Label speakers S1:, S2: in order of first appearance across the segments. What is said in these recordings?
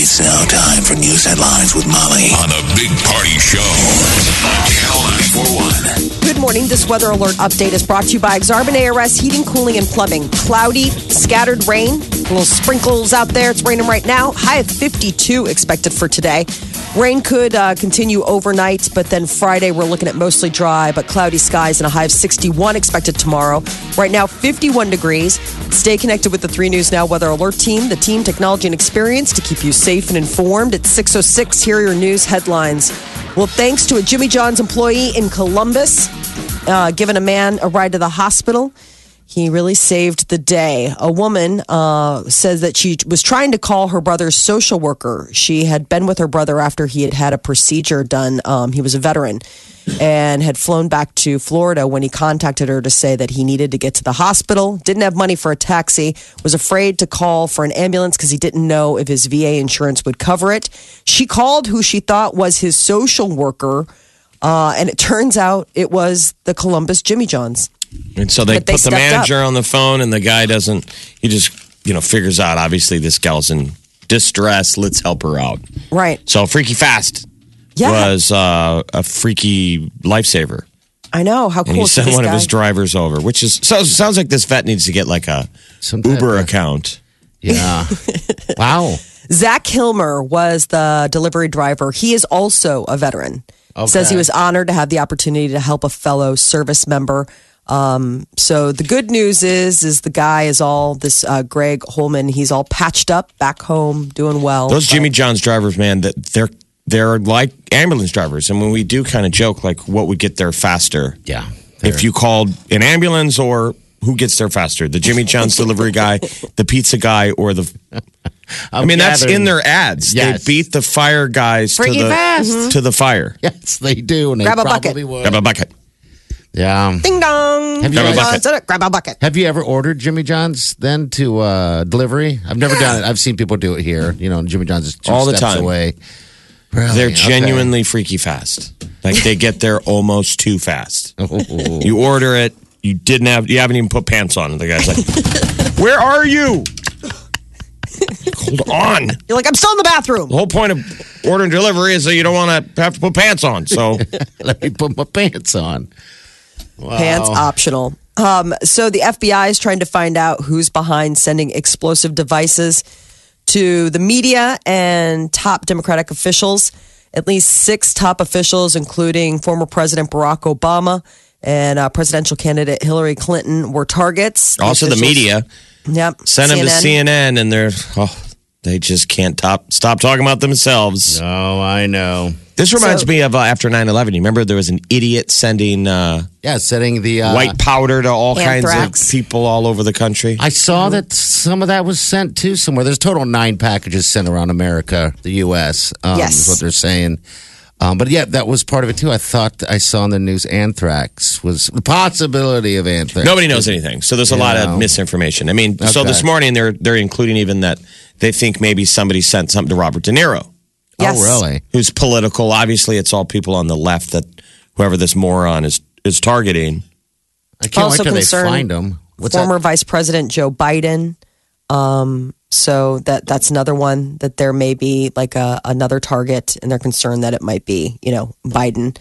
S1: It's now time for news headlines with Molly on a big party show. on Channel 941.
S2: Good morning. This weather alert update is brought to you by Exarban ARS Heating, Cooling, and Plumbing. Cloudy, scattered rain, little sprinkles out there. It's raining right now. High of 52 expected for today. Rain could uh, continue overnight, but then Friday we're looking at mostly dry, but cloudy skies and a high of 61 expected tomorrow. Right now, 51 degrees. Stay connected with the 3 News Now Weather Alert team, the team, technology, and experience to keep you safe and informed. At 6.06, here are your news headlines. Well, thanks to a Jimmy John's employee in Columbus, uh, given a man a ride to the hospital. He really saved the day. A woman uh, says that she was trying to call her brother's social worker. She had been with her brother after he had had a procedure done. Um, he was a veteran and had flown back to Florida when he contacted her to say that he needed to get to the hospital, didn't have money for a taxi, was afraid to call for an ambulance because he didn't know if his VA insurance would cover it. She called who she thought was his social worker. Uh, and it turns out it was the Columbus Jimmy Johns.
S3: And so they,
S2: But they
S3: put the
S2: stepped
S3: manager on the phone, and the guy doesn't. He just you know figures out. Obviously, this gal's in distress. Let's help her out.
S2: Right.
S3: So freaky fast
S2: Yeah.
S3: was uh, a freaky lifesaver,
S2: I know. How
S3: and
S2: cool
S3: he
S2: is this
S3: sent one
S2: guy?
S3: of his drivers over, which is sounds sounds like this vet needs to get like a
S4: Some type
S3: Uber
S4: of-
S3: account.
S4: Yeah. wow.
S2: Zach Hilmer was the delivery driver. He is also a veteran. Says he was honored to have the opportunity to help a fellow service member. Um, so the good news is, is the guy is all this uh, Greg Holman. He's all patched up, back home, doing well.
S3: Those Jimmy John's drivers, man, that they're they're like ambulance drivers, and when we do kind of joke like, what would get there faster?
S4: Yeah.
S3: if you called an ambulance or who gets there faster the jimmy john's delivery guy the pizza guy or the i mean that's in their ads
S4: Yes.
S3: they beat the fire guys to
S4: Freaky
S3: the,
S4: fast.
S3: to the fire
S4: Yes, they do. And they
S2: Grab a
S4: probably
S2: bucket.
S4: Would.
S3: grab a bucket
S4: Yeah.
S2: Ding dong.
S4: Have you
S2: Jimmy
S3: Grab a bucket.
S2: John's did it. Grab a bucket.
S4: Have you ever ordered Jimmy John's then to uh, delivery? I've never done it. I've seen people do it here. You know, and Jimmy John's is two
S3: All the
S4: steps
S3: time.
S4: away. Really?
S3: they're
S4: Oh, Okay.
S3: genuinely freaky fast like they get there almost too fast
S4: Oh.
S3: you order it you didn't have you haven't even put pants on the guy's like where are you hold on
S2: You're like, I'm still in the bathroom.
S3: the whole point of order and delivery is that you don't want to have to put pants on so
S4: Let me put my pants on.
S3: Oh.
S2: Pants optional. Um, so the FBI is trying to find out who's behind sending explosive devices to the media and top Democratic officials. At least six top officials, including former President Barack Obama and uh, presidential candidate Hillary Clinton, were targets.
S3: also the
S2: Officials-
S3: media
S2: Yep.
S3: Send them to
S2: CNN.
S3: CNN, and they're oh, they just can't top stop talking about themselves.
S4: Oh, I know.
S3: This reminds
S2: So-
S3: me of uh, after 9-11. You remember there was an idiot sending uh,
S4: Yeah, setting the uh,
S3: white powder to all kinds
S2: Anthrax.
S3: of people all over the country.
S4: I
S2: Mm-hmm.
S4: saw that some of that was sent to somewhere. There's total nine packages sent around America, the U.S. Um,
S2: Yes.
S4: is what they're saying. Um, but yeah, that was part of it too. I thought I saw in the news anthrax was the possibility of anthrax.
S3: Nobody knows anything, so there's a lot of misinformation. I mean, so
S4: Okay.
S3: this morning they're they're including even that they think maybe somebody sent something to Robert De Niro,
S2: Yes.
S4: Oh, really?
S3: who's political. Obviously, it's all people on the left that whoever this moron is is targeting.
S4: I can't
S2: Also
S4: wait till they
S2: concerned
S4: find them. What's
S2: former
S4: that?
S2: Vice President Joe Biden. Um, so that that's another one that there may be like a another target, and they're concerned that it might be you know Biden.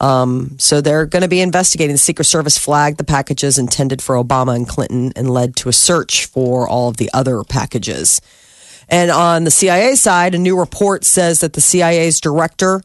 S2: Um, so they're going to be investigating. The Secret Service flagged the packages intended for Obama and Clinton, and led to a search for all of the other packages. And on the CIA side, a new report says that the CIA's director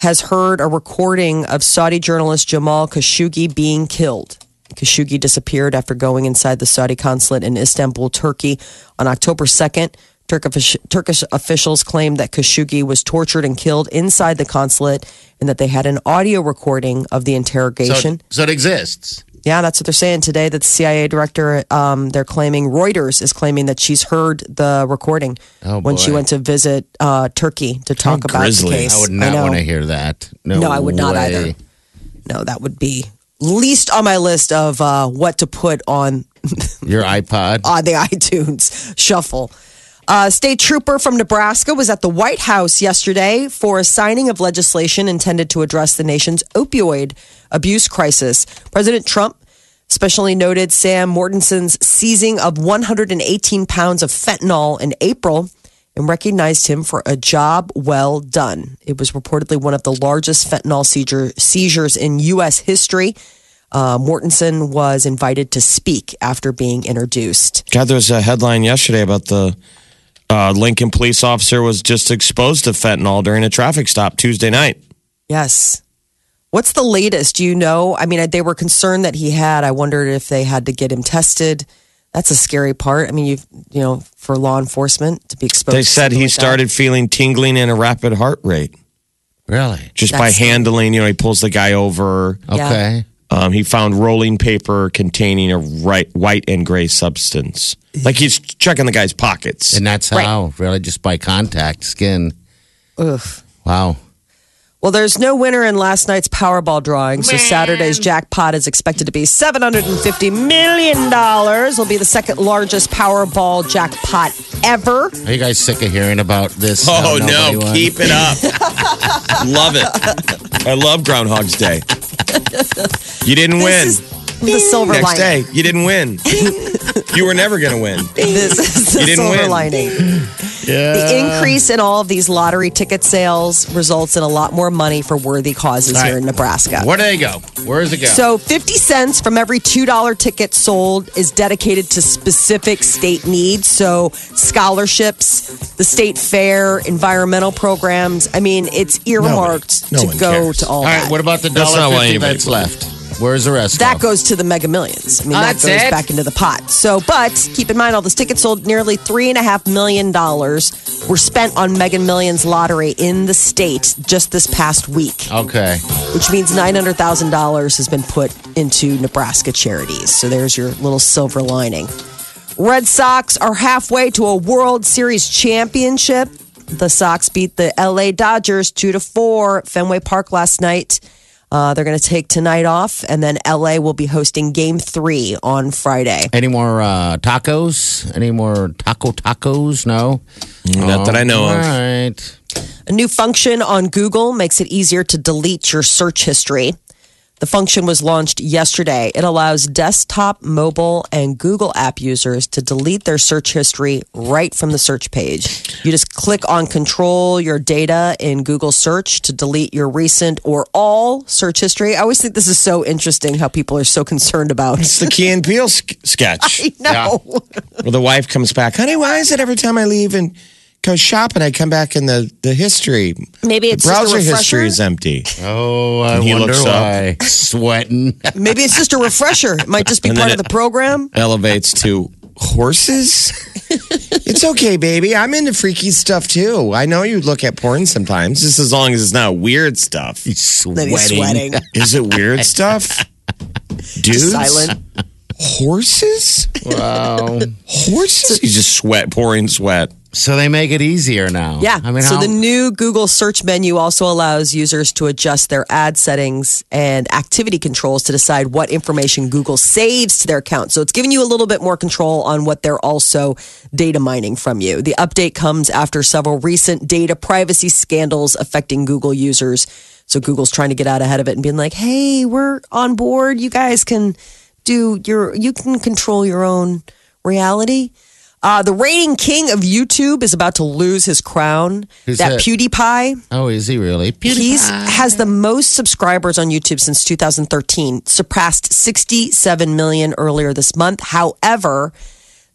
S2: has heard a recording of Saudi journalist Jamal Khashoggi being killed. Khashoggi disappeared after going inside the Saudi consulate in Istanbul, Turkey on October 2nd. Turkish, Turkish officials claimed that Khashoggi was tortured and killed inside the consulate and that they had an audio recording of the
S4: So,
S2: interrogation.
S4: so it exists.
S2: Yeah, that's what they're saying today. That the CIA director, um, they're claiming Reuters is claiming that she's heard the recording
S4: Oh,
S2: when she
S4: boy.
S2: went to visit uh, Turkey to talk about
S3: grisly.
S2: the case.
S4: I would
S2: I
S4: not
S2: know.
S4: want to hear that. No,
S2: No, I would not
S4: way.
S2: either. No, that would be least on my list of uh, what to put on
S4: Your iPod.
S2: on the iTunes shuffle. Uh, state trooper from Nebraska was at the White House yesterday for a signing of legislation intended to address the nation's opioid abuse crisis. President Trump specially noted Sam Mortensen's seizing of 118 pounds of fentanyl in April and recognized him for a job well done. It was reportedly one of the largest fentanyl seizure, seizures in U.S. history. Uh, Mortensen was invited to speak after being introduced.
S3: God, there was a headline yesterday about the uh, Lincoln police officer was just exposed to fentanyl during a traffic stop Tuesday night.
S2: Yes. What's the latest? Do you know? I mean, they were concerned that he had. I wondered if they had to get him tested. That's a scary part. I mean, you you know, for law enforcement to be exposed.
S3: They
S2: to
S3: said
S2: something
S3: he
S2: like that.
S3: started feeling tingling and a rapid heart rate
S4: Really?
S3: just by
S2: That's-
S3: handling. You know, he pulls the guy over.
S4: Okay.
S3: Um, he found rolling paper containing a right, white and gray substance. Like he's checking the guy's pockets.
S4: And that's how, really, just by contact, skin.
S2: Ugh.
S4: Wow.
S2: Well, there's no winner in last night's Powerball drawing, so Saturday's jackpot is expected to be $750 million. Will be the second largest Powerball jackpot ever.
S4: Are you guys sick of hearing about this?
S3: Oh,
S4: How nobody
S3: no,
S4: won?
S3: keep it up. love it. I love Groundhog's Day. You didn't win.
S2: This is the silver
S3: Next
S2: lining.
S3: day, you didn't win. you were never going to win.
S2: This is the
S3: You didn't
S2: silver
S3: win.
S2: lining.
S4: Yeah.
S2: The
S3: Um,
S2: increase in all of these lottery ticket sales results in a lot more money for worthy causes
S4: All right.
S2: here in Nebraska.
S4: Where do they go? Where does it go?
S2: So, 50 cents from every $2 ticket sold is dedicated to specific state needs. So, scholarships, the state fair, environmental programs. I mean, it's earmarked
S3: No one
S2: to go
S3: cares.
S2: to all,
S4: all
S2: that.
S4: right. What about the
S3: That's
S4: dollar
S3: not what
S4: fifty
S3: anybody
S4: that's left? Where's the rest?
S2: That
S4: go?
S2: goes to the mega millions. I mean,
S4: Oh,
S2: that
S4: that's
S2: goes
S4: it?
S2: back into the pot. So, but keep in mind, all those tickets sold nearly $3.5 million dollars were spent on mega millions lottery in the state just this past week,
S4: Okay.
S2: which means $900,000 has been put into Nebraska charities. So, there's your little silver lining. Red Sox are halfway to a World Series championship. The Sox beat the LA Dodgers 2 to 4 at Fenway Park last night. Uh, they're going to take tonight off, and then LA will be hosting game three on Friday.
S4: Any more uh, tacos? Any more taco tacos? No.
S3: Not that I know
S4: All
S3: of.
S4: right.
S2: A new function on Google makes it easier to delete your search history. The function was launched yesterday. It allows desktop, mobile, and Google app users to delete their search history right from the search page. You just click on control your data in Google search to delete your recent or all search history. I always think this is so interesting how people are so concerned about.
S3: It's the Key and Peele sk- sketch
S2: No.
S3: where the wife comes back. Honey, why is it every time I leave and go shopping, I come back in the, the history?
S2: Maybe it's just a
S3: browser
S2: refresher?
S3: history is empty.
S4: Oh, I
S3: And he
S4: wonder
S3: looks up.
S4: why. Sweating.
S2: Maybe it's just a refresher. It might just be
S3: And
S2: part
S3: then
S2: of the
S3: it-
S2: program.
S3: Elevates to horses. it's okay, baby. I'm into freaky stuff too. I know you look at porn sometimes, just as long as it's not weird stuff.
S2: Then
S4: sweating.
S2: he's sweating.
S3: Is it weird stuff? Dudes?
S2: Silent.
S3: Horses?
S4: Wow.
S3: Horses? You just sweat, pouring sweat.
S4: so they make it easier now.
S2: Yeah.
S4: I mean,
S2: so
S4: how-
S2: the new Google search menu also allows users to adjust their ad settings and activity controls to decide what information Google saves to their account. So it's giving you a little bit more control on what they're also data mining from you. The update comes after several recent data privacy scandals affecting Google users. So Google's trying to get out ahead of it and being like, "Hey, we're on board. You guys can do your you can control your own reality." Uh, the reigning king of YouTube is about to lose his crown.
S4: Who's
S2: that
S4: that?
S2: PewDiePie,
S4: oh, is he really?
S2: he's has the most subscribers on YouTube since 2013, surpassed 67 million earlier this month. However,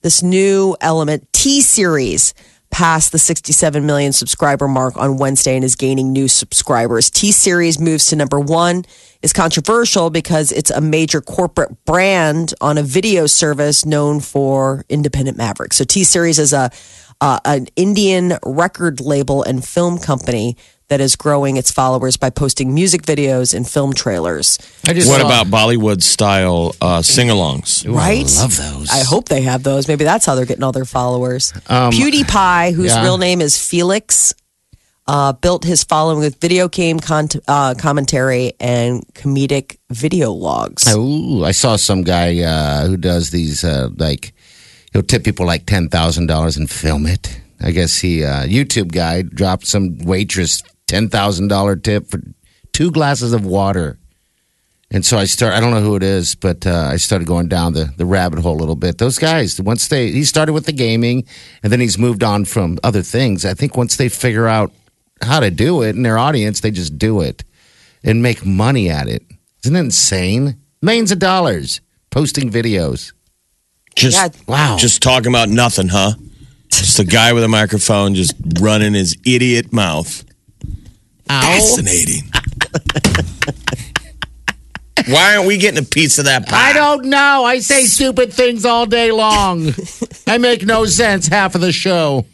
S2: this new element T series passed the 67 million subscriber mark on Wednesday and is gaining new subscribers. T series moves to number 1 is controversial because it's a major corporate brand on a video service known for independent mavericks. So T series is a uh, an Indian record label and film company that is growing its followers by posting music videos and film trailers.
S4: I just
S3: What
S4: saw-
S3: about Bollywood style uh, sing alongs?
S2: right?
S4: I love those.
S2: I hope they have those. Maybe that's how they're getting all their followers.
S4: Um,
S2: PewDiePie, whose
S4: yeah.
S2: real name is Felix, uh, built his following with video game con- uh, commentary and comedic video logs.
S4: Ooh, I saw some guy uh, who does these uh, like he'll tip people like ten thousand dollars and film it. I guess he uh, YouTube guy dropped some waitress ten thousand dollar tip for two glasses of water. And so I start. I don't know who it is, but uh, I started going down the, the rabbit hole a little bit. Those guys, once they he started with the gaming, and then he's moved on from other things. I think once they figure out how to do it in their audience, they just do it and make money at it. Isn't it insane? Millions of dollars posting videos.
S3: Just
S2: Yeah.
S4: Wow.
S3: just talking about nothing, huh? Just a guy with a microphone just running his idiot mouth. Fascinating. Why aren't we getting a piece of that pie?
S4: I don't know. I say stupid things all day long. I make no sense half of the show.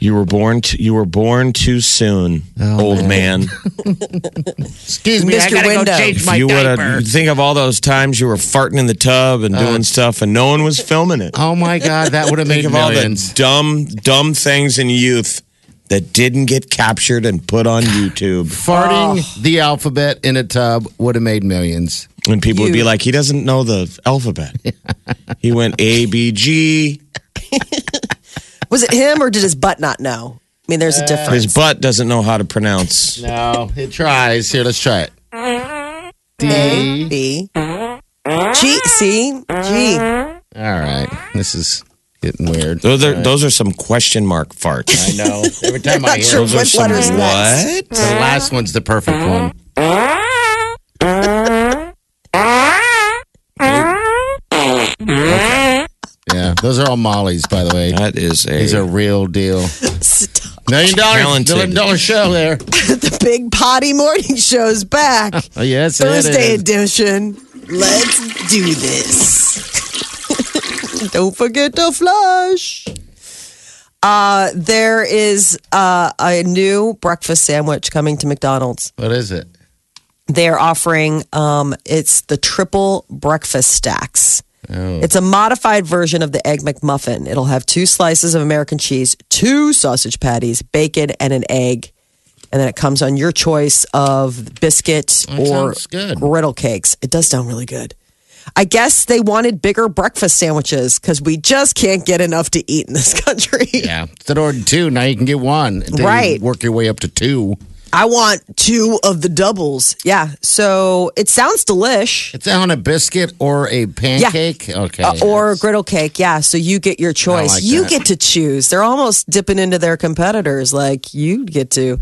S3: You were born. T- you were born too soon,
S4: Oh,
S3: old man.
S4: Excuse me, I
S2: Mr.
S4: gotta
S2: Window.
S4: go change
S3: If
S4: my
S3: you woulda-
S4: diaper. Uh.
S3: think of all those times you were farting in the tub and doing stuff, and no one was filming it.
S4: Oh my god, that would have
S3: Think
S4: made
S3: of all the
S4: millions.
S3: dumb, dumb things in youth that didn't get captured and put on YouTube,
S4: Farting the alphabet in a tub would have made millions.
S3: and people would be
S2: You-
S3: like, "He doesn't know the alphabet. he went A B G.
S2: Was it him or did his butt not know? I mean, there's a difference.
S3: His butt doesn't know how to pronounce."
S4: No, it tries. Here, let's try it.
S2: A,
S4: D.
S2: B, G, C, G.
S4: All right, this is getting weird.
S3: Those are those are some question mark farts.
S4: I know. Every time I hear
S2: sure
S4: it,
S3: Those are
S2: What
S3: some
S2: letter is next?
S3: what?
S4: the last one's the perfect
S2: Uh-huh.
S4: one. Yeah, those are all Molly's, by the way.
S3: That is a.
S4: These are real deal.
S2: Stop.
S4: Million dollar,
S3: Talented.
S4: million dollar show there.
S2: The big potty morning show's back.
S4: Oh, yes, it
S2: Thursday
S4: is.
S2: edition. Let's do this. Don't forget to flush. Uh, there is uh, a new breakfast sandwich coming to McDonald's.
S4: What is it?
S2: They're offering um, it's the triple breakfast stacks.
S4: Oh.
S2: It's a modified version of the Egg McMuffin. It'll have two slices of American cheese, two sausage patties, bacon, and an egg. And then it comes on your choice of biscuit or
S4: sounds good.
S2: griddle cakes. It does sound really good. I guess they wanted bigger breakfast sandwiches because we just can't get enough to eat in this country.
S4: Yeah, instead of ordering two, now you can get one. Then you
S2: Right.
S4: work your way up to two.
S2: I want two of the doubles. Yeah. So it sounds delish.
S4: It's on a biscuit or a pancake. Okay.
S2: Uh, or griddle cake, yeah. So you get your choice.
S4: like
S2: you
S4: that.
S2: get to choose. They're almost dipping into their competitors. Like you get to.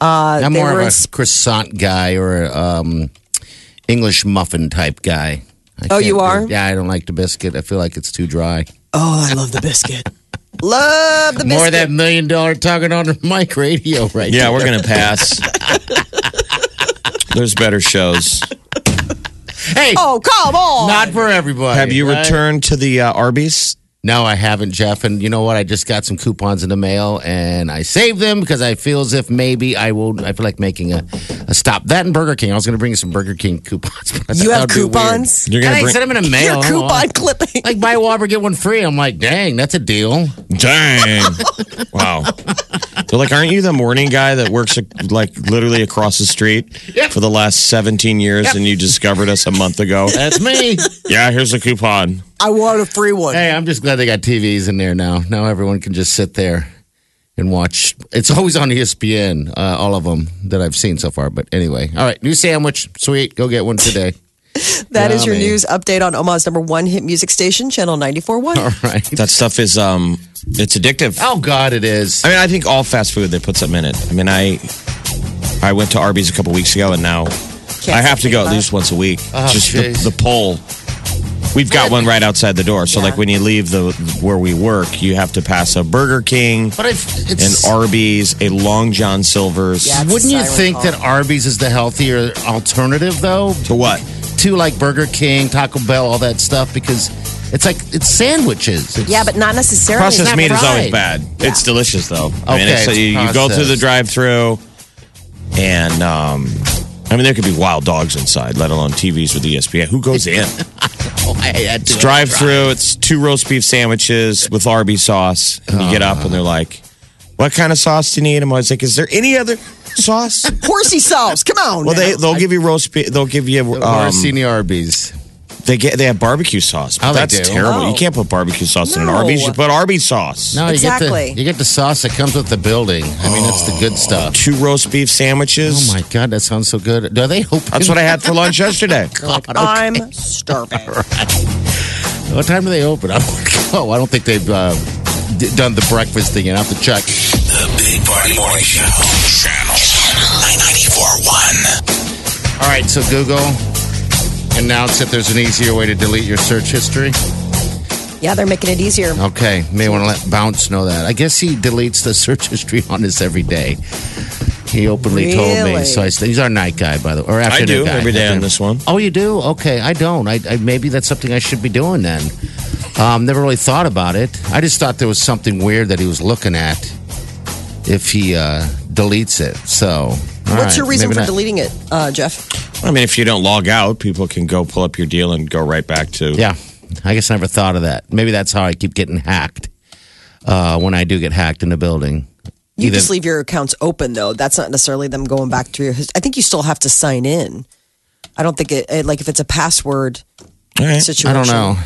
S2: Uh,
S4: I'm
S2: they
S4: more
S2: were
S4: of a
S2: ins-
S4: croissant guy or a um, English muffin type guy. I
S2: Oh,
S4: can't
S2: you
S4: do-
S2: are?
S4: yeah, I don't like the biscuit. I feel like it's too dry.
S2: oh, I love the biscuit. love the biscuit.
S4: More of that million dollar talking on the mic radio right
S3: Yeah,
S4: there.
S3: we're gonna pass. There's better shows.
S4: Hey,
S2: oh, come on.
S4: not for everybody.
S3: Have you
S4: right?
S3: returned to the uh, Arby's?
S4: No, I haven't, Jeff. And you know what? I just got some coupons in the mail, and I saved them because I feel as if maybe I will. I feel like making a, a stop. That and Burger King. I was going to bring you some Burger King coupons. But I
S2: you
S4: thought
S2: have
S4: that would be weird.
S2: coupons.
S3: You're
S4: And
S3: gonna
S4: I
S3: bring.
S4: sent them in a mail.
S2: Your
S4: I don't know.
S2: coupon clipping.
S4: Like buy a Whopper, get one free. I'm like, dang, that's a deal.
S3: Dang! wow. They're like, aren't you the morning guy that works like literally across the street
S4: Yep.
S3: for the last 17 years, and you discovered us a month ago?
S4: That's me.
S3: yeah, here's a coupon.
S2: I want a free one.
S4: hey, I'm just glad they got TVs in there now. Now everyone can just sit there and watch. It's always on ESPN, uh, all of them that I've seen so far. But anyway, all right, new sandwich, sweet. Go get one today.
S2: that is your
S4: yummy.
S2: news update on Omaha's number one hit music station, Channel 94.1.
S4: All right.
S3: That stuff is um, it's addictive.
S4: Oh God, it is.
S3: I mean, I think all fast food they put something in it. I mean, I I went to Arby's a couple weeks ago, and now I have to go at least once a week. just the,
S4: Oh, jeez.
S3: the pole. We've got one right outside the door. So, like when you leave the where we work, you have to pass a Burger King,
S4: But if
S3: an
S4: it's
S3: Arby's, a Long John Silver's.
S2: Yeah.
S4: wouldn't you
S2: Siren
S4: think
S2: call.
S4: that Arby's is the healthier alternative though
S3: To what?
S4: to like Burger King, Taco Bell, all that stuff because it's like it's sandwiches. It's-
S2: Yeah, but not necessarily.
S3: Processed
S4: not
S3: meat is always
S4: fried.
S3: bad. It's delicious though. I mean,
S4: Okay,
S3: it's, so
S4: it's
S3: you, you go through the
S4: processed.
S3: drive-through. And um, I mean, there could be wild dogs inside, let alone TVs with E ESPN. Who goes in?
S4: Oh, I had to.
S3: It's drive through. It's two roast beef sandwiches with Arby's sauce. And you get up and they're like, "What kind of sauce do you need?" And I was like, "Is there any other sauce?"
S2: Horsey sauce. Come on.
S3: Well, they
S2: now.
S3: they'll give you roast beef. They'll give you um,
S4: Orsini Arby's.
S3: they get they have barbecue sauce. But
S4: Oh, they
S3: that's
S4: do.
S3: terrible.
S2: Oh.
S3: You can't put barbecue sauce in an
S2: No.
S3: Arby's. You put Arby's sauce.
S4: No,
S2: Exactly.
S4: You get, the, you get the sauce that comes with the building. I mean, that's
S3: Oh.
S4: the good stuff.
S3: Two roast beef
S4: Oh
S3: sandwiches.
S4: my God, that sounds so good. Are they open?
S3: that's what I had for lunch yesterday.
S2: I'm starving.
S4: What time do they open? I don't know. I don't think they've uh, d- done the breakfast thing. I have to check.
S1: The Big Party Morning Show. Channel 941.
S4: All right, so Google announced that there's an easier way to delete your search history.
S2: Yeah, they're making it easier.
S4: Okay, may want to let Bounce know that. I guess he deletes the search history on us every day. He openly told me.
S2: Really?
S4: So I, he's our night guy, by the way, or afternoon
S3: do,
S4: guy.
S3: every day on this one.
S4: Oh, you do? Okay, I don't. I, I maybe that's something I should be doing then. Um, never really thought about it. I just thought there was something weird that he was looking at if he uh, deletes it. So, all
S2: What's
S4: right,
S2: your reason
S4: maybe
S2: for
S4: not.
S2: deleting it, uh, Jeff?
S3: I mean, if you don't log out, people can go pull up your deal and go right back to
S4: Yeah, I guess I never thought of that. Maybe that's how I keep getting hacked uh, when I do get hacked in a building.
S2: You
S4: Either-
S2: just leave your accounts open, though. That's not necessarily them going back to your. his- I think you still have to sign in. I don't think it, it like if it's a password
S3: All right.
S2: situation.
S4: I don't know.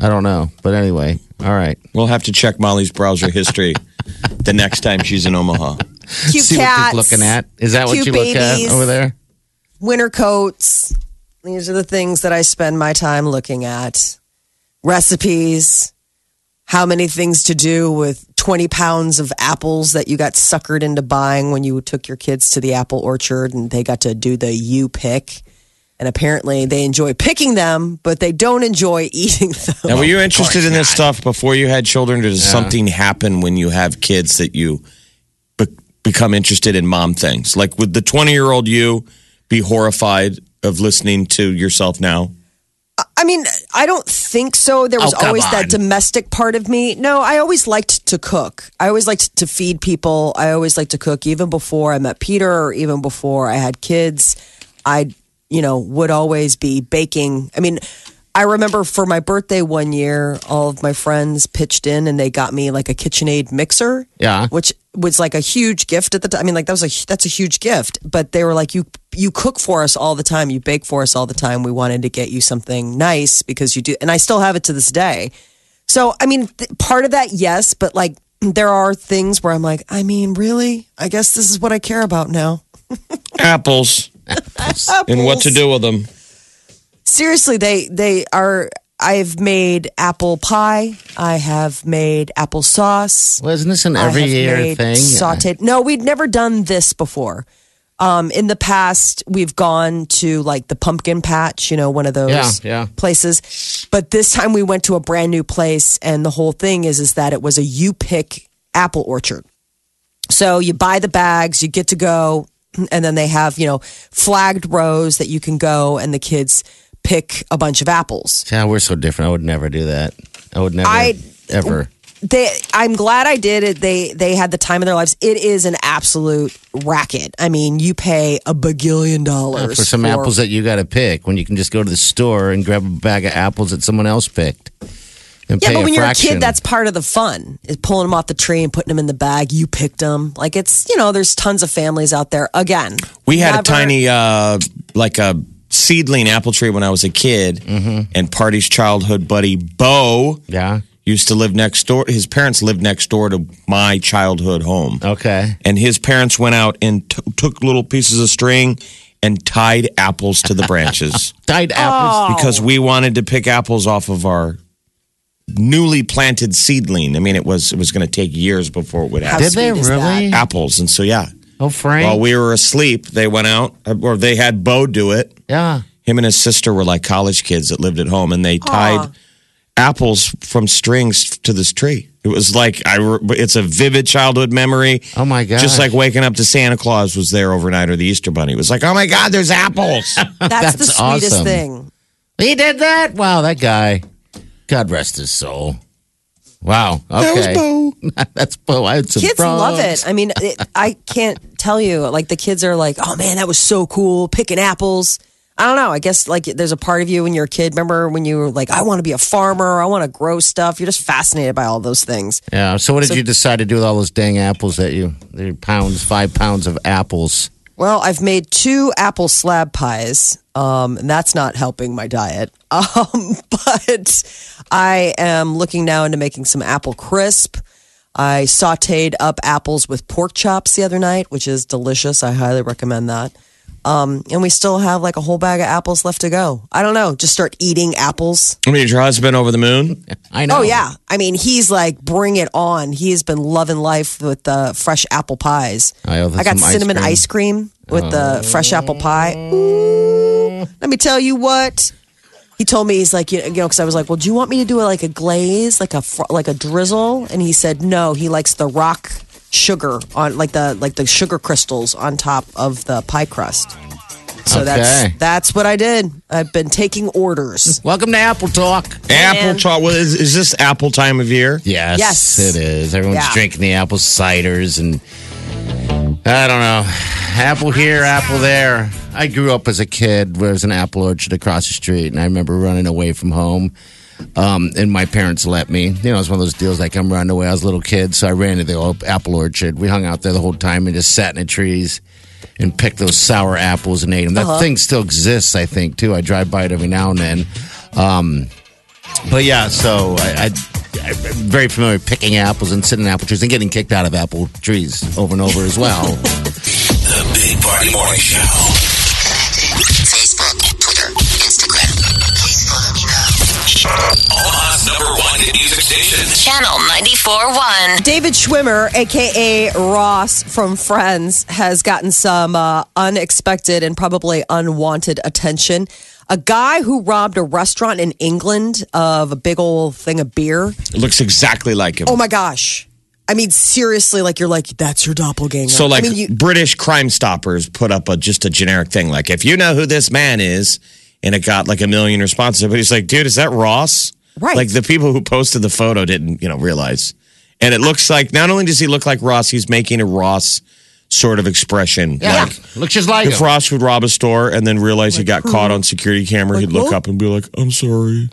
S4: I don't know. But anyway, all right.
S3: We'll have to check Molly's browser history the next time she's in Omaha.
S2: Cute
S4: See
S2: cats,
S4: what she's looking at. Is that what
S2: cute
S4: you look
S2: babies.
S4: at over there?
S2: winter coats. These are the things that I spend my time looking at. Recipes. How many things to do with 20 pounds of apples that you got suckered into buying when you took your kids to the apple orchard and they got to do the you pick. And apparently they enjoy picking them, but they don't enjoy eating them.
S3: Now, were you interested in this stuff before you had children, or does something happen when you have kids that you be- become interested in mom things? Like, would the 20 year old you be horrified of listening to yourself now?
S2: I mean, I don't think so. There was
S4: Oh, come
S2: always
S4: on.
S2: that domestic part of me. No, I always liked to cook. I always liked to feed people. I always liked to cook, even before I met Peter or even before I had kids. I, you know, would always be baking. I mean, I remember for my birthday one year, all of my friends pitched in and they got me like a KitchenAid mixer.
S4: Yeah.
S2: Which was like a huge gift at the time. I mean, like that was a that's a huge gift. But they were like, you you cook for us all the time, you bake for us all the time. We wanted to get you something nice because you do, and I still have it to this day. So I mean, th- part of that, yes, but like there are things where I'm like, I mean, really? I guess this is what I care about now.
S3: Apples and what to do with them.
S2: seriously they they are i've made apple pie i have made apple sauce
S4: Well, isn't this an
S2: I
S4: every
S2: have
S4: year
S2: made
S4: thing?
S2: sauteed no we'd never done this before um, in the past we've gone to like the pumpkin patch you know one of those
S4: Yeah, yeah.
S2: places but this time we went to a brand new place and the whole thing is is that it was a you pick apple orchard so you buy the bags, you get to go, and then they have, you know, flagged rows that you can go and the kids pick a bunch of apples.
S4: Yeah, we're so different. I would never do that. I would never,
S2: I-
S4: ever.
S2: They I'm glad I did it. They they had the time of their lives. It is an absolute racket. I mean, you pay a bagillion dollars
S4: For some apples that you got to pick when you can just go to the store and grab a bag of apples that someone else picked. And
S2: Yeah,
S4: pay
S2: but when you're a
S4: fraction.
S2: kid, that's part of the fun is pulling them off the tree and putting them in the bag. You picked them. Like it's, you know, there's tons of families out there. Again,
S3: We had a
S2: never-
S3: tiny, uh, like a seedling apple tree when I was a kid, and Party's childhood buddy, Bo.
S4: Yeah.
S3: Used to live next door. His parents lived next door to my childhood home.
S4: Okay.
S3: and his parents went out and t- took little pieces of string and tied apples to the branches
S4: Dyed apples.
S3: because we wanted to pick apples off of our newly planted seedling. I mean, it was it was going to take years before it would
S2: How
S3: happen.
S4: Did they
S2: sweet is
S4: really?
S2: that?
S3: Apples, and so yeah.
S4: Oh, Frank.
S3: While we were asleep, they went out, uh, or they had Bo do it.
S4: yeah.
S3: Him and his sister were like college kids that lived at home, and they tied apples from strings to this tree. It was like I. Re- it's a vivid childhood memory.
S4: Oh, my gosh.
S3: Just like waking up to Santa Claus was there overnight, or the Easter Bunny It was like, oh my God, there's apples.
S2: That's, the
S4: That's
S2: sweetest
S4: awesome.
S2: thing.
S4: He did that? Wow, that guy. God rest his soul. Wow.
S3: That was
S4: Okay.
S3: Bo.
S4: That's Bo. I had some
S2: Kids love
S4: frogs.
S2: it. I mean, it, I can't tell you. Like the kids are like, "Oh man, that was so cool picking apples." I don't know. I guess like there's a part of you when you're a kid. Remember when you were like, "I want to be a farmer. I want to grow stuff." You're just fascinated by all those things.
S4: Yeah. So what did you decide to do with all those dang apples that you, the pounds, five pounds of apples?
S2: Well, I've made two apple slab pies, um, and that's not helping my diet. Um, but I am looking now into making some apple crisp. I sauteed up apples with pork chops the other night, which is delicious. I highly recommend that. Um, and we still have like a whole bag of apples left to go. I don't know. Just start eating apples.
S3: I mean, is your husband over the moon?
S4: I know.
S2: Oh, yeah. I mean, he's like, bring it on. He has been loving life with the fresh apple pies.
S4: I have
S2: got
S4: some ice
S2: cinnamon
S4: cream. Oh.
S2: ice cream with the fresh apple pie. Ooh, let me tell you what. He told me he's like you know because I was like, well, do you want me to do like a glaze, like a fr- like a drizzle? And he said no. He likes the rock sugar on like the like the sugar crystals on top of the pie crust. So
S4: Okay.
S2: that's that's what I did. I've been taking orders.
S4: Welcome to Apple Talk.
S3: Apple chocolate. Well, is, is this apple time of year?
S4: Yes,
S2: Yes.
S4: it is. Everyone's
S2: Yeah.
S4: drinking the apple ciders and I don't know, apple here, apple there. I grew up as a kid. There was an apple orchard across the street, and I remember running away from home. Um, and my parents let me. You know, it's one of those deals like I'm running away. I was a little kid, so I ran to the op- apple orchard. We hung out there the whole time and just sat in the trees and picked those sour apples and ate them. That
S2: Uh-huh.
S4: thing still exists, I think, too. I drive by it every now and then. Um, but yeah, so I, I, I'm very familiar with picking apples and sitting in apple trees and getting kicked out of apple trees over and over as well.
S1: The Big Party Morning Show.
S5: Facebook, Twitter, Instagram. Please follow me now.
S1: Omaha's number one hit music station.
S5: Channel 94.1.
S2: David Schwimmer, aka Ross from Friends, has gotten some uh, unexpected and probably unwanted attention. A guy who robbed a restaurant in England of a big old thing of beer.
S3: It looks exactly like him.
S2: Oh my gosh. I mean, seriously, like you're like, that's your doppelganger.
S3: So, like
S2: I mean, you,
S3: British Crime Stoppers put up a just a generic thing, like if you know who this man is, and it got like a million responses. But he's like, dude, is that Ross?
S2: Right.
S3: Like the people who posted the photo didn't, you know, realize. And it looks like not only does he look like Ross, he's making a Ross sort of expression.
S4: Yeah,
S3: Like
S4: looks just like
S3: if
S4: him.
S3: Ross would rob a store and then realize he got caught on security camera, he'd look up and be like, I'm sorry.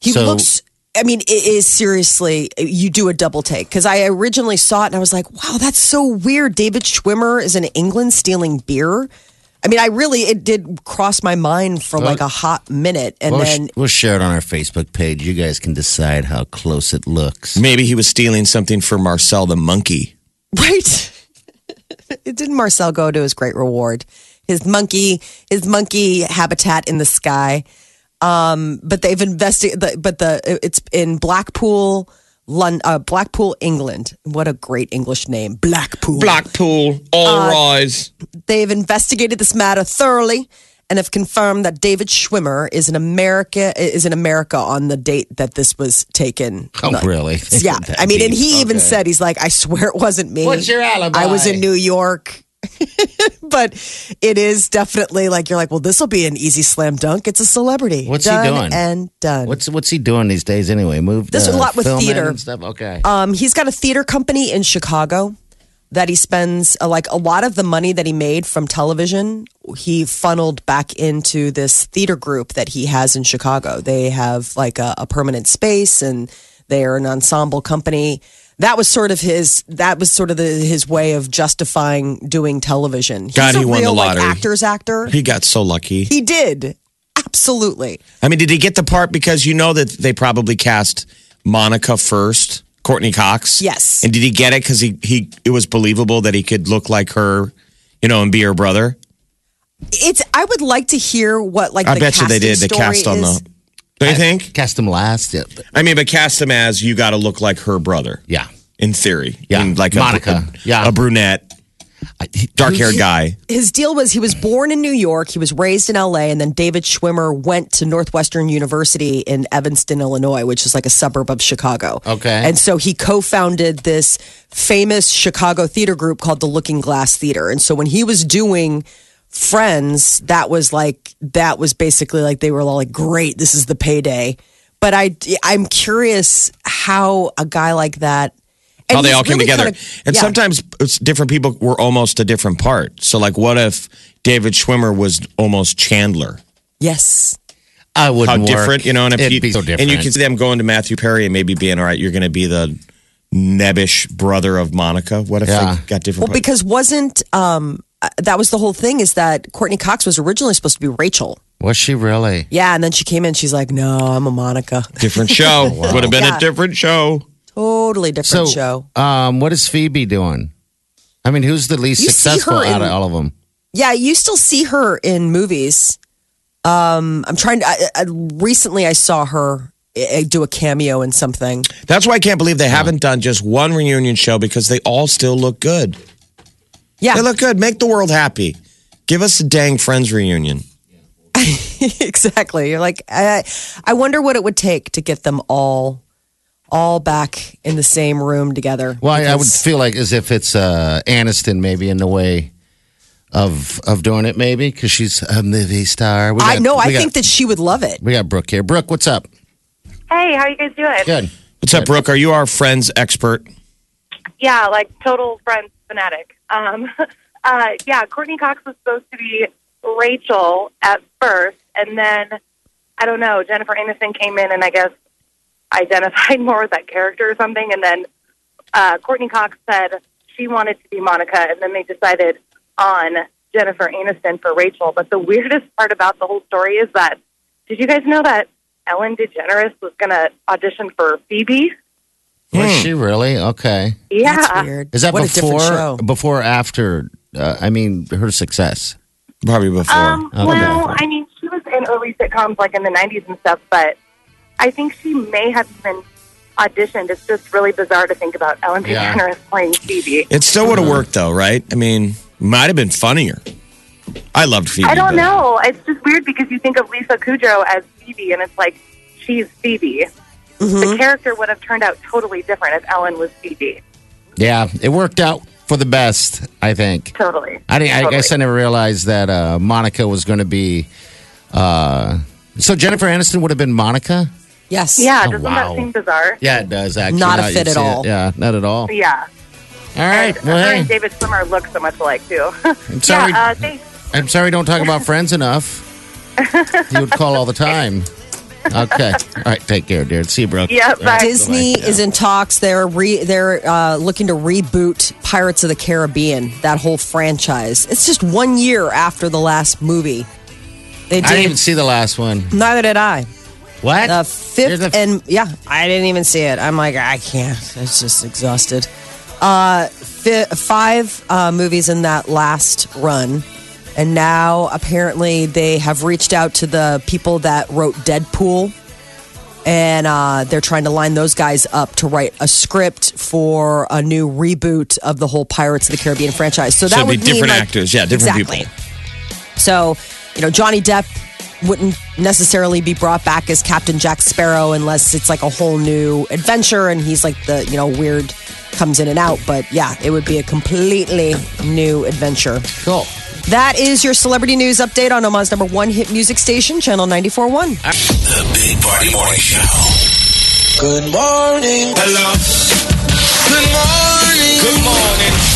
S2: he
S4: So-
S2: looks. I mean, it is seriously, you do a double take. Because I originally saw it and I was like, wow, that's so weird. David Schwimmer is in England stealing beer. I mean, I really, it did cross my mind for like a hot minute. And
S4: We'll, sh-
S2: then,
S4: we'll share it on our Facebook page. You guys can decide how close it looks.
S3: Maybe he was stealing something for Marcel the monkey.
S2: right? Didn't Marcel go to his great reward? His monkey, his monkey habitat in the sky. Um, but they've invested, but the it's in Blackpool, Lon, uh, Blackpool, England. What a great English name, Blackpool.
S3: Blackpool, all
S2: Uh,
S3: rise.
S2: They've investigated this matter thoroughly and have confirmed that David Schwimmer is in America is in America on the date that this was taken.
S4: Oh,
S2: Like,
S4: really?
S2: Yeah,
S4: That
S2: I mean, and he
S4: deep.
S2: even
S4: Okay.
S2: said he's like, I swear it wasn't me.
S4: What's your alibi?
S2: I was in New York. but it is definitely like you're like, well, this will be an easy slam dunk. It's a celebrity.
S4: What's he
S2: done
S4: doing?
S2: And done.
S4: Oh, What's what's he doing these days anyway? Moved.
S2: Does a
S4: uh,
S2: lot with
S4: filming
S2: theater.
S4: and stuff. Okay.
S2: Um, he's got a theater company in Chicago that he spends uh, like a lot of the money that he made from television. He funneled back into this theater group that he has in Chicago. They have like a, a permanent space and they are an ensemble company. That was sort of his. That was sort of the, his way of justifying doing television. He's
S3: God,
S2: a
S3: he won the
S2: real, like,
S3: lottery.
S2: actors actor.
S3: He got so lucky.
S2: He did absolutely.
S3: I mean, did he get the part because you know that they probably cast Monica first, Courtney Cox?
S2: Yes.
S3: And did he get it because he, he it was believable that he could look like her, you know, and be her brother?
S2: It's. I would like to hear what like.
S3: I
S2: the
S3: bet you
S2: casting
S3: they did. They
S2: story
S3: cast on
S2: is.
S3: the. Don't you think?
S4: Cast him last. Yeah.
S3: I mean, but cast him as you got to look like her brother.
S4: yeah.
S3: In theory.
S4: Yeah.
S3: I mean, like
S4: Monica.
S3: A, a,
S4: Yeah.
S3: A brunette,
S4: I- he-
S3: dark haired guy.
S2: his deal was he was born in New York, he was raised in LA, and then David Schwimmer went to Northwestern University in Evanston, Illinois, which is like a suburb of Chicago.
S4: Okay.
S2: And so he co founded this famous Chicago theater group called the Looking Glass Theater. And so when he was doing Friends, that was like, that was basically like they were all like, great, this is the payday. But I, I'm curious how a guy like that. and
S3: how they
S2: he's
S3: all came
S2: really
S3: together.
S2: kind of-
S3: and
S2: yeah.
S3: sometimes it's different people were almost a different part. So, like, what if David Schwimmer was almost Chandler?
S2: Yes.
S4: I would
S3: How different, you know? And if
S4: It'd
S3: you,
S4: be so different.
S3: and you could see them going to Matthew Perry and maybe being all right. You're going to be the nebbish brother of Monica. What if
S4: Yeah.
S3: they got different?
S2: Well,
S3: parts?
S2: because wasn't um, uh, that was the whole thing is that Courtney Cox was originally supposed to be Rachel.
S4: was she really?
S2: Yeah, and then she came in. She's like, "No, I'm a Monica."
S3: different show would have been
S2: Yeah.
S3: a different show.
S2: Totally different show.
S4: um, what is Phoebe doing? I mean, who's the least
S2: You see
S4: successful
S2: her
S4: out of
S2: in-
S4: all of them?
S2: Yeah, you still see her in movies. Um, I'm trying to. I, I, recently, I saw her uh, do a cameo in something.
S3: That's why I can't believe they haven't done just one reunion show because they all still look good.
S2: Yeah,
S3: They look good. Make the world happy. Give us a dang Friends reunion.
S2: exactly. You're like, I, I wonder what it would take to get them all, all back in the same room together.
S4: Well, I, I would
S2: Because-
S4: feel like as if it's uh, Aniston maybe in the way of of doing it, maybe because she's a movie star. We
S2: I
S4: got-
S2: know.
S4: we
S2: I
S4: got-
S2: think that she would love it.
S4: we got Brooke here. Brooke, what's up?
S6: Hey, how you guys doing?
S4: Good.
S3: What's up, Brooke? Are you our Friends expert?
S6: Yeah, like total Friends fanatic. Um, uh, yeah, Courtney Cox was supposed to be Rachel at first, and then I don't know. Jennifer Aniston came in, and I guess identified more with that character or something. And then uh, Courtney Cox said she wanted to be Monica, and then they decided on Jennifer Aniston for Rachel. But the weirdest part about the whole story is that did you guys know that Ellen DeGeneres was going to audition for Phoebe?
S4: Was she really okay?
S6: Yeah,
S2: That's weird.
S4: Is that
S2: Hmm. what a
S4: before
S2: different show?
S4: before or after? Uh, I mean, her success.
S3: Probably before.
S6: Um,
S4: Okay.
S6: well, I mean, she was in early sitcoms like in the 90s and stuff, but I think she may have even auditioned. It's just really bizarre to think about Ellen
S4: Yeah.
S6: DeGeneres playing Phoebe.
S3: It still would have worked though, right? I mean, might have been funnier. I loved Phoebe.
S6: I don't
S3: but-
S6: know. It's just weird because you think of Lisa Kudrow as Phoebe, and it's like she's Phoebe.
S4: Mm-hmm.
S6: The character would have turned out totally different if Ellen was Phoebe.
S4: Yeah, it worked out for the best. I think.
S6: Totally.
S4: I, didn't, I
S6: totally.
S4: guess I never realized that uh, Monica was going to be. Uh, so Jennifer Aniston would have been Monica.
S2: Yes.
S6: Yeah,
S4: Oh,
S6: doesn't
S4: wow.
S6: that seem bizarre?
S4: Yeah, it does actually.
S2: Not a
S4: Now you
S2: fit at
S4: see it.
S2: all.
S4: Yeah, not at all. All
S6: Yeah.
S4: right.
S6: And her
S4: Well,
S6: and
S4: hey,
S6: David Schwimmer look so much alike, too.
S4: sorry.
S6: yeah, uh, thanks.
S4: I'm sorry. Don't talk about friends enough. you would call all the time. Okay. All right. Take care, dear. See you, Brooke.
S6: Yeah, bye.
S2: Disney
S4: Bye-bye.
S2: is in talks. They're re, they're uh, looking to reboot Pirates of the Caribbean, that whole franchise. It's just one year after the last movie. They
S4: I didn't even
S2: did.
S4: see the last one.
S2: Neither did I.
S4: What?
S2: The
S4: You're
S2: fifth
S4: the-
S2: and yeah, I didn't even see it. I'm like, I can't. It's just exhausted. Uh, fi- five uh, movies in that last run, and now apparently they have reached out to the people that wrote Deadpool, and uh, they're trying to line those guys up to write a script for a new reboot of the whole Pirates of the Caribbean franchise. So that
S3: So it'd be
S2: would mean,
S3: different
S2: like-
S3: actors. Yeah, different
S2: exactly.
S3: people.
S2: So, you know, Johnny Depp wouldn't necessarily be brought back as Captain Jack Sparrow unless it's like a whole new adventure and he's like the, you know, weird comes in and out. But yeah, it would be a completely new adventure.
S4: Cool.
S2: That is your celebrity news update on Oman's number one hit music station, Channel 94.1.
S1: The Big Party Morning Show. Good morning. Hello. Good morning. Good morning.